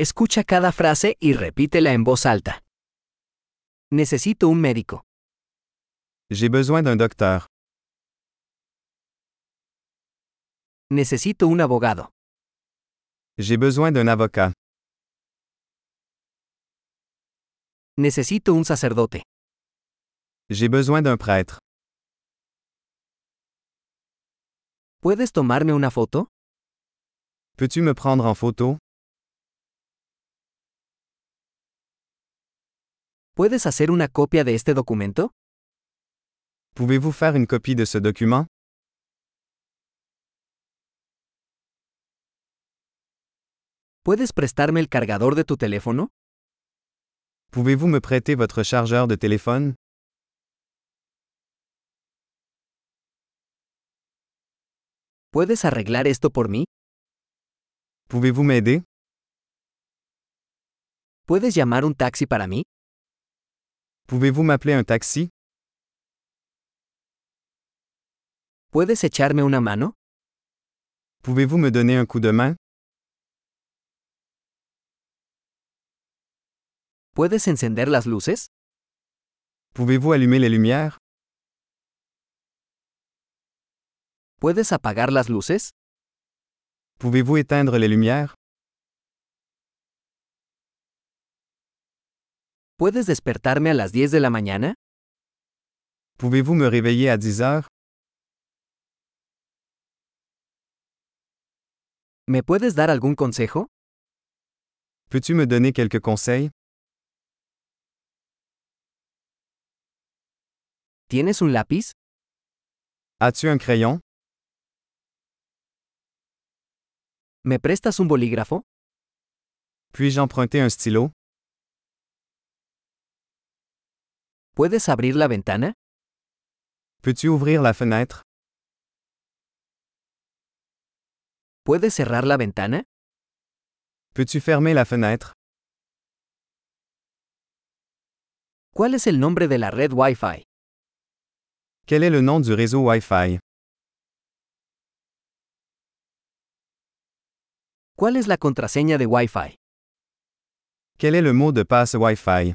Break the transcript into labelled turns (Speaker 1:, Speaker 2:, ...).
Speaker 1: Escucha cada frase y repítela en voz alta. Necesito un médico.
Speaker 2: J'ai besoin d'un docteur.
Speaker 1: Necesito un abogado.
Speaker 2: J'ai besoin d'un avocat.
Speaker 1: Necesito un sacerdote.
Speaker 2: J'ai besoin d'un prêtre.
Speaker 1: ¿Puedes tomarme una foto?
Speaker 2: Peux-tu me prendre en photo?
Speaker 1: ¿Puedes hacer una copia de este documento?
Speaker 2: Pouvez-vous faire une copie de ce document?
Speaker 1: ¿Puedes prestarme el cargador de tu teléfono?
Speaker 2: Pouvez-vous me prêter votre chargeur de téléphone?
Speaker 1: ¿Puedes arreglar esto por mí?
Speaker 2: Pouvez-vous m'aider?
Speaker 1: ¿Puedes llamar un taxi para mí?
Speaker 2: Pouvez-vous m'appeler un taxi?
Speaker 1: ¿Puedes echarme una mano?
Speaker 2: Pouvez-vous me donner un coup de main?
Speaker 1: ¿Puedes encender las luces?
Speaker 2: Pouvez-vous allumer les lumières?
Speaker 1: ¿Puedes apagar las luces?
Speaker 2: Pouvez-vous éteindre les lumières?
Speaker 1: ¿Puedes despertarme a las 10 de la mañana?
Speaker 2: Pouvez-vous me réveiller à 10 heures?
Speaker 1: ¿Me puedes dar algún consejo?
Speaker 2: Peux-tu me donner quelques conseils?
Speaker 1: ¿Tienes un lápiz?
Speaker 2: As-tu un crayon?
Speaker 1: ¿Me prestas un bolígrafo?
Speaker 2: Puis-je emprunter un stylo?
Speaker 1: ¿Puedes abrir la ventana?
Speaker 2: Peux-tu ouvrir la fenêtre?
Speaker 1: ¿Puedes cerrar la ventana?
Speaker 2: Peux-tu fermer la fenêtre?
Speaker 1: ¿Cuál es el nombre de la red Wi-Fi?
Speaker 2: Quel est le nom du réseau Wi-Fi?
Speaker 1: ¿Cuál es la contraseña de Wi-Fi?
Speaker 2: Quel est le mot de passe Wi-Fi?